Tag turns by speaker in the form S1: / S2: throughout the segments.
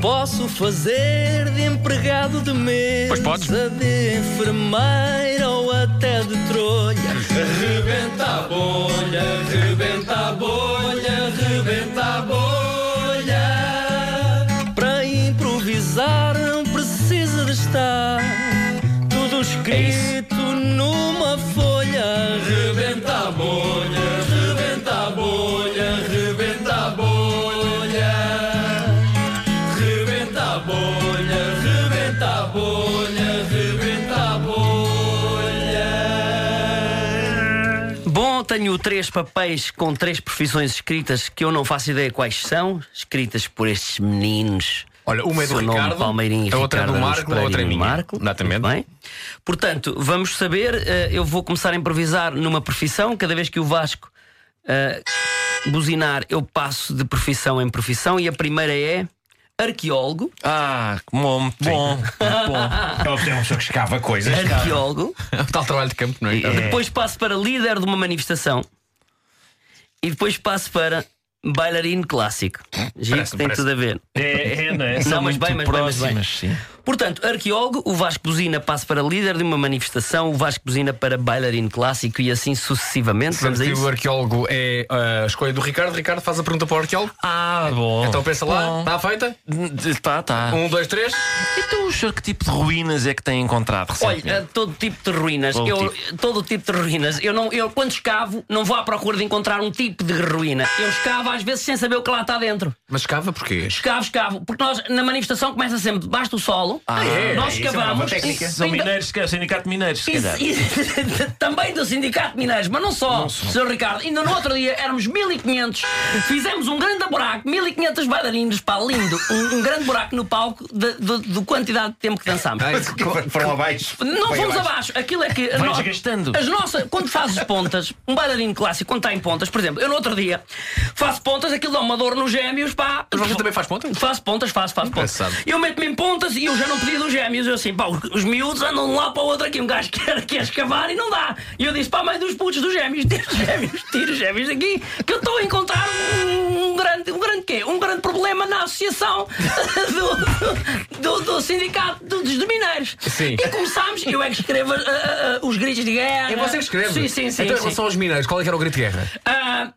S1: Posso fazer de empregado de mesa,
S2: Pois podes.
S1: de enfermeira ou até de trolha. Rebenta a bolha, rebenta a bolha, rebenta a bolha. Para improvisar não precisa de estar tudo escrito numa folha. É Rebenta a bolha, rebenta a bolha, rebenta a bolha. Rebenta a bolha, rebenta a bolha, rebenta a bolha. Bom, tenho três papéis com três profissões escritas que eu não faço ideia quais são, escritas por estes meninos.
S2: Olha, uma é do
S1: Sonome,
S2: Ricardo,
S1: Palmeirinho e
S2: a outra é do
S1: Ricardo
S2: Marco,
S1: Araújo
S2: a outra é
S1: Pereira e
S2: minha.
S1: Marco.
S2: Exatamente.
S1: Muito bem. Portanto, vamos saber, eh, eu vou começar a improvisar numa profissão, cada vez que o Vasco eh, buzinar, eu passo de profissão em profissão e a primeira é arqueólogo.
S3: Ah, que bom, bom, bom.
S4: É uma pessoa que escava coisas.
S1: Arqueólogo.
S2: É, um Tal trabalho de campo, não é?
S1: Depois passo para líder de uma manifestação. E depois passo para bailarino clássico. Giro
S2: Parece-
S1: que tem
S2: parece-
S1: tudo a ver.
S4: É, é, não é?
S1: Não, mas bem, mas bem, mas bem.
S3: próximas, sim.
S1: Portanto, arqueólogo, o Vasco Buzina passa para líder de uma manifestação, o Vasco Buzina para bailarino clássico e assim sucessivamente. Vamos a
S2: Sendo que o
S1: isso?
S2: arqueólogo é ah, a escolha do Ricardo. Ricardo faz a pergunta para o arqueólogo.
S3: Ah, bom.
S2: Então pensa lá, está feita?
S3: Tá, tá.
S2: Um, dois, três.
S3: Então, o senhor que tipo de ruínas é que tem encontrado recentemente?
S1: Olha, todo tipo de ruínas,
S3: Todo
S1: eu, todo tipo de ruínas. Eu, não, eu quando escavo, não vou à procura de encontrar um tipo de ruína. Eu escavo às vezes sem saber o que lá está dentro.
S2: Mas escava porquê?
S1: Escavo, escavo. Porque nós, na manifestação, começa sempre debaixo do solo.
S2: é?
S1: nós
S4: Isso é uma
S1: escavamos.
S4: nova técnica.
S1: e-
S3: São
S1: ainda-
S3: mineiros, se calhar, sindicato de mineiros, se calhar.
S1: Isso- também do Sindicato de Mineiros, mas não só, Sr. Ricardo. Ainda no outro dia éramos 1500, fizemos um grande buraco, 1500 bailarinos, pá, lindo. Um, um grande buraco no palco de- de- do quantidade de tempo que dançámos.
S4: Foram abaixo.
S1: Não fomos abaixo. Aquilo é que.
S3: Vai
S1: nó-
S3: desgastando.
S1: As nossas. Quando fazes pontas, um bailarino clássico, quando está em pontas, por exemplo, eu no outro dia faço pontas, aquilo dá uma dor nos gêmeos, pá.
S2: Mas você também faz pontas?
S1: Faço pontas, faço, faço pontas.
S2: Engraçado.
S1: Eu meto-me em pontas e eu já não pedi dos gêmeos. Eu assim, pá, os- os miúdos andam de um lado para o outro aqui. Um gajo quer, quer escavar e não dá. E eu disse, pá, mãe dos putos dos gêmeos, tira os gêmeos, tira os gêmeos daqui, que eu estou a encontrar um, um grande. Um grande quê? Um grande problema na associação do, do, do sindicato dos dos mineiros.
S2: Sim.
S1: E começámos, eu é que escrevo ah, ah, ah, os gritos de guerra.
S2: É você que escreve.
S1: Sim, sim, sim.
S2: Então, em
S1: sim.
S2: relação aos mineiros, qual é que era o grito de guerra?
S1: Ah,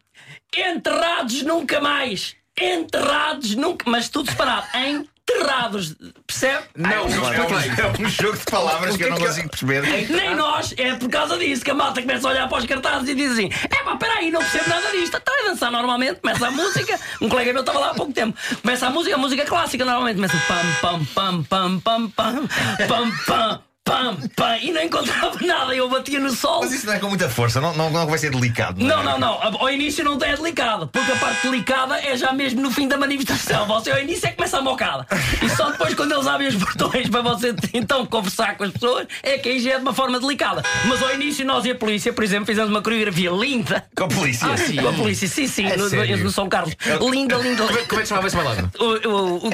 S1: enterrados nunca mais. Enterrados nunca. Mas tudo separado. Enterrados. Percebe?
S4: Não, não, é, um, é um jogo de palavras que eu não consigo perceber.
S1: Nem nós, é por causa disso que a malta começa a olhar para os cartazes e diz assim: é pá, peraí, não percebo nada disto. Está a dançar normalmente, começa a música. Um colega meu estava lá há pouco tempo. Começa a música, a música clássica normalmente. Começa pam, pam, pam, pam, pam, pam, pam, pam, pam, pam. E não encontrava nada, eu batia no sol.
S4: Mas isso não é com muita força, não, não, não vai ser delicado.
S1: Não, não, não. Ao início não é delicado, porque a parte delicada é já mesmo no fim da manifestação. Você ao início é que começa a mocada. E só depois, quando eles abrem os portões para você então conversar com as pessoas, é que aí já é de uma forma delicada. Mas ao início, nós e a polícia, por exemplo, fizemos uma coreografia linda
S4: Com a polícia.
S1: com a polícia, sim, sim,
S2: assim? É
S1: no,
S2: sério?
S1: no São Carlos. Linda, linda,
S2: Como é, como é
S1: linda.
S2: que chamava esse bailado?
S1: O, o, o-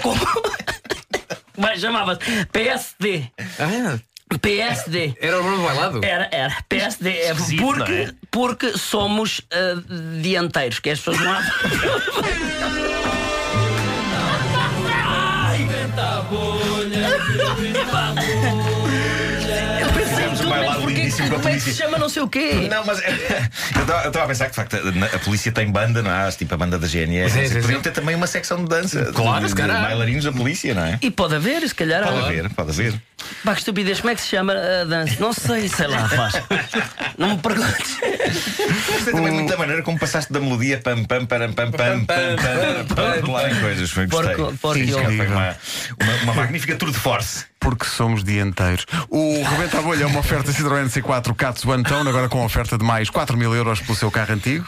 S1: Mas chamava-se PSD.
S2: Ah, É,
S1: PSD.
S2: era o nome do bailado?
S1: Era, era. PSD é
S3: Esquisito,
S1: porque,
S3: não é?
S1: porque somos ah, dianteiros, que as pessoas não há. Eu pensei em
S4: Fizemos
S1: tudo,
S4: um
S1: mas
S4: bailado lindíssimo
S1: porque,
S4: com a
S1: como é que se
S4: polícia.
S1: chama não sei o quê?
S4: Não, mas eu estava a pensar que de facto a, a polícia tem banda, não é? Acho, Tipo a banda da GNR.
S2: Sim,
S4: Sim,
S2: sim,
S4: Podiam
S2: sim.
S4: ter também uma secção de dança.
S2: Claro,
S4: de,
S2: se
S4: de
S2: calhar.
S4: bailarinos da polícia, não é?
S1: E pode haver, se calhar.
S4: Pode
S1: há-
S4: haver, pode haver.
S1: Pá, que estupidez, como é que se chama a dança? Não sei, sei lá, faz. Não me perguntes.
S4: Gostei também muito da maneira como passaste da melodia pam pam param pam pam pam pam para pular em coisas. Foi gostei.
S1: Porco- porco-
S4: Sim, foi uma, uma, uma magnífica tour de force.
S5: Porque somos dianteiros. O Rebenta a Bolha é uma oferta Citroën C4 Cats One Tone, agora com oferta de mais 4 mil euros pelo seu carro antigo.